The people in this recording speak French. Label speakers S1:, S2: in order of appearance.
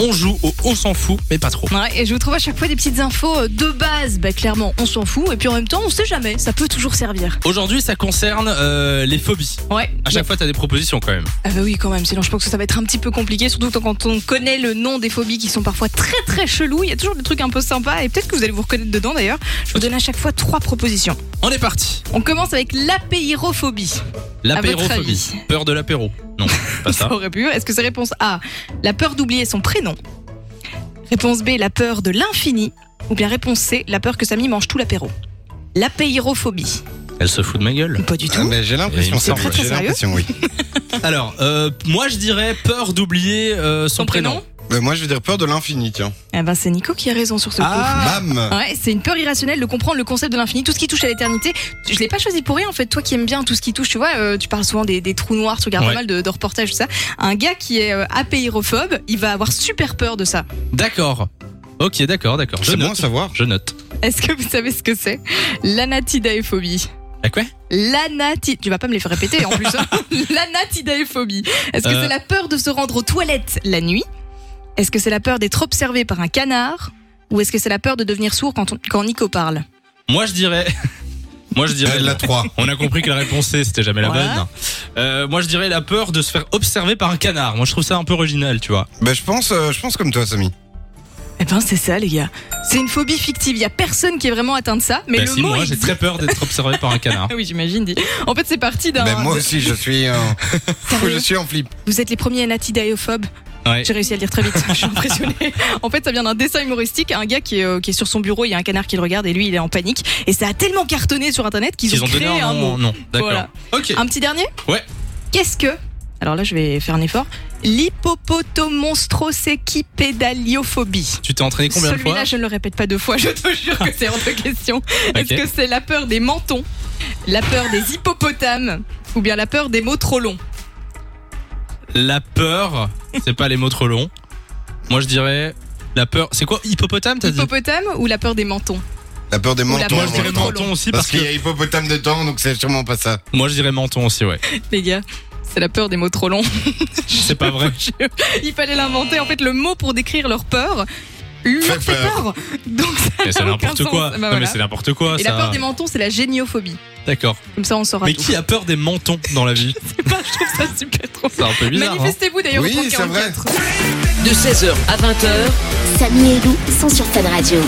S1: On joue au on s'en fout, mais pas trop.
S2: Ouais, et je vous trouve à chaque fois des petites infos euh, de base. Bah, clairement, on s'en fout. Et puis en même temps, on sait jamais. Ça peut toujours servir.
S1: Aujourd'hui, ça concerne euh, les phobies.
S2: Ouais.
S1: À chaque fois, t'as des propositions quand même.
S2: Ah bah oui, quand même. Sinon, je pense que ça va être un petit peu compliqué. Surtout quand on connaît le nom des phobies qui sont parfois très très chelous. Il y a toujours des trucs un peu sympas. Et peut-être que vous allez vous reconnaître dedans d'ailleurs. Je vous donne à chaque fois trois propositions.
S1: On est parti.
S2: On commence avec l'apérophobie. À votre
S1: L'apérophobie.
S2: avis.
S1: Peur de l'apéro. Non, pas ça.
S2: Ça aurait pu. Est-ce que c'est réponse A La peur d'oublier son prénom. Réponse B La peur de l'infini. Ou bien réponse C La peur que Samy mange tout l'apéro. L'apérophobie.
S1: Elle se fout de ma gueule.
S2: Pas du tout.
S3: Ah, mais j'ai
S1: Il
S3: l'impression,
S1: me
S3: ça,
S1: semble.
S3: moi,
S2: Très, très
S3: j'ai l'impression, oui.
S1: Alors, euh, moi, je dirais peur d'oublier euh, son
S2: Son
S1: prénom.
S3: Mais moi, je vais dire peur de l'infini, tiens.
S2: Eh ben, c'est Nico qui a raison sur ce
S1: Ah.
S3: Bam
S2: coup. Ouais, c'est une peur irrationnelle de comprendre le concept de l'infini, tout ce qui touche à l'éternité. Je l'ai pas choisi pour rien en fait. Toi qui aimes bien tout ce qui touche, tu vois, euh, tu parles souvent des, des trous noirs, tu regardes
S1: Ouais.
S2: pas mal de, de reportages, tout ça. Un gars qui est euh, apérophobe, il va avoir super peur de ça.
S1: D'accord. Ok, d'accord, d'accord. Je
S3: C'est bon à
S1: note.
S3: savoir.
S1: Je note.
S2: Est-ce que vous savez ce que c'est L'anatidaéphobie.
S1: La quoi
S2: L'anati... Tu vas pas me les faire répéter en plus. hein. L'anatidaéphobie. Est-ce que
S1: Euh.
S2: c'est la peur de se rendre aux toilettes la nuit Est-ce que c'est la peur d'être observé par un canard Ou est-ce que c'est la peur de devenir sourd quand, on- quand Nico parle
S1: Moi, je dirais. moi, je dirais.
S3: Elle la 3.
S1: On a compris que la réponse C, c'était jamais la
S2: Voilà.
S1: bonne. Euh, moi, je dirais la peur de se faire observer par un canard. Moi, je trouve ça un peu original, tu vois.
S3: Bah, je pense, euh, je pense comme toi, Samy.
S2: Eh ben c'est ça les gars. C'est une phobie fictive. Il y a personne qui est vraiment atteint de ça. Mais
S1: Bah
S2: le
S1: si,
S2: mot
S1: moi,
S2: il
S1: j'ai
S2: dit-
S1: très peur d'être observé par un canard.
S2: Ah oui j'imagine. dit. En fait c'est parti d'un...
S1: Bah,
S3: Mais Ben, moi aussi, je suis, euh,
S2: Sérieux
S3: je suis en flip.
S2: Vous êtes les premiers anatidaéophobes.
S1: Ouais.
S2: J'ai réussi à le dire très vite, je suis impressionnée. En fait, ça vient d'un dessin humoristique, un gars qui est, euh, qui est sur son bureau, il y a un canard qui le regarde et lui, il est en panique. Et ça a tellement cartonné sur Internet qu'ils
S1: Ils
S2: ont,
S1: ont donné
S2: créé
S1: un
S2: un
S1: nom.
S2: mot.
S1: Non, d'accord.
S2: Voilà.
S1: Ok.
S2: Un petit dernier
S1: Ouais.
S2: Qu'est-ce que Alors là, je vais faire un effort. L'hippopotomonstrosecipédaliophobie.
S1: Tu t'es entraîné combien de fois
S2: Celui-là, je ne le répète pas deux fois, je te jure que c'est hors de question. Est-ce
S1: Ok.
S2: que c'est la peur des mentons, la peur des hippopotames ou bien la peur des mots trop longs
S1: La peur, c'est pas les mots trop longs. Moi, je dirais la peur. C'est quoi Hippopotame, t'as dit
S2: Hippopotame ou la peur des mentons
S3: La peur des
S2: la
S3: mentons.
S2: peur
S1: Moi, je
S2: des
S3: en
S1: dirais
S3: même temps.
S2: trop
S1: menton
S2: longs.
S1: aussi
S3: Parce
S1: parce
S3: qu'il y
S1: que.
S3: a hippopotame dedans, donc c'est sûrement pas ça.
S1: Moi, je dirais menton aussi, ouais.
S2: Les gars, c'est la peur des mots trop longs.
S1: C'est pas vrai.
S2: Il fallait l'inventer. En fait, le mot pour décrire leur peur leur
S3: Fait
S2: fait peur. Donc ça
S1: Mais
S2: n'a
S1: c'est
S2: aucun
S1: n'importe
S2: sens.
S1: quoi. Non,
S2: Bah voilà.
S1: mais c'est n'importe quoi.
S2: Et
S1: ça.
S2: la peur des mentons, c'est la géniophobie.
S1: D'accord.
S2: Comme ça, on saura
S1: Mais
S2: tout.
S1: qui a peur des mentons dans la vie
S2: Je sais pas, je trouve ça super trop.
S1: C'est un peu bizarre. hein.
S2: Manifestez-vous d'ailleurs
S3: Oui,
S2: au
S3: c'est vrai.
S2: 3044.
S4: De 16h à 20h,
S5: Samy et Lou sont sur Fun Radio.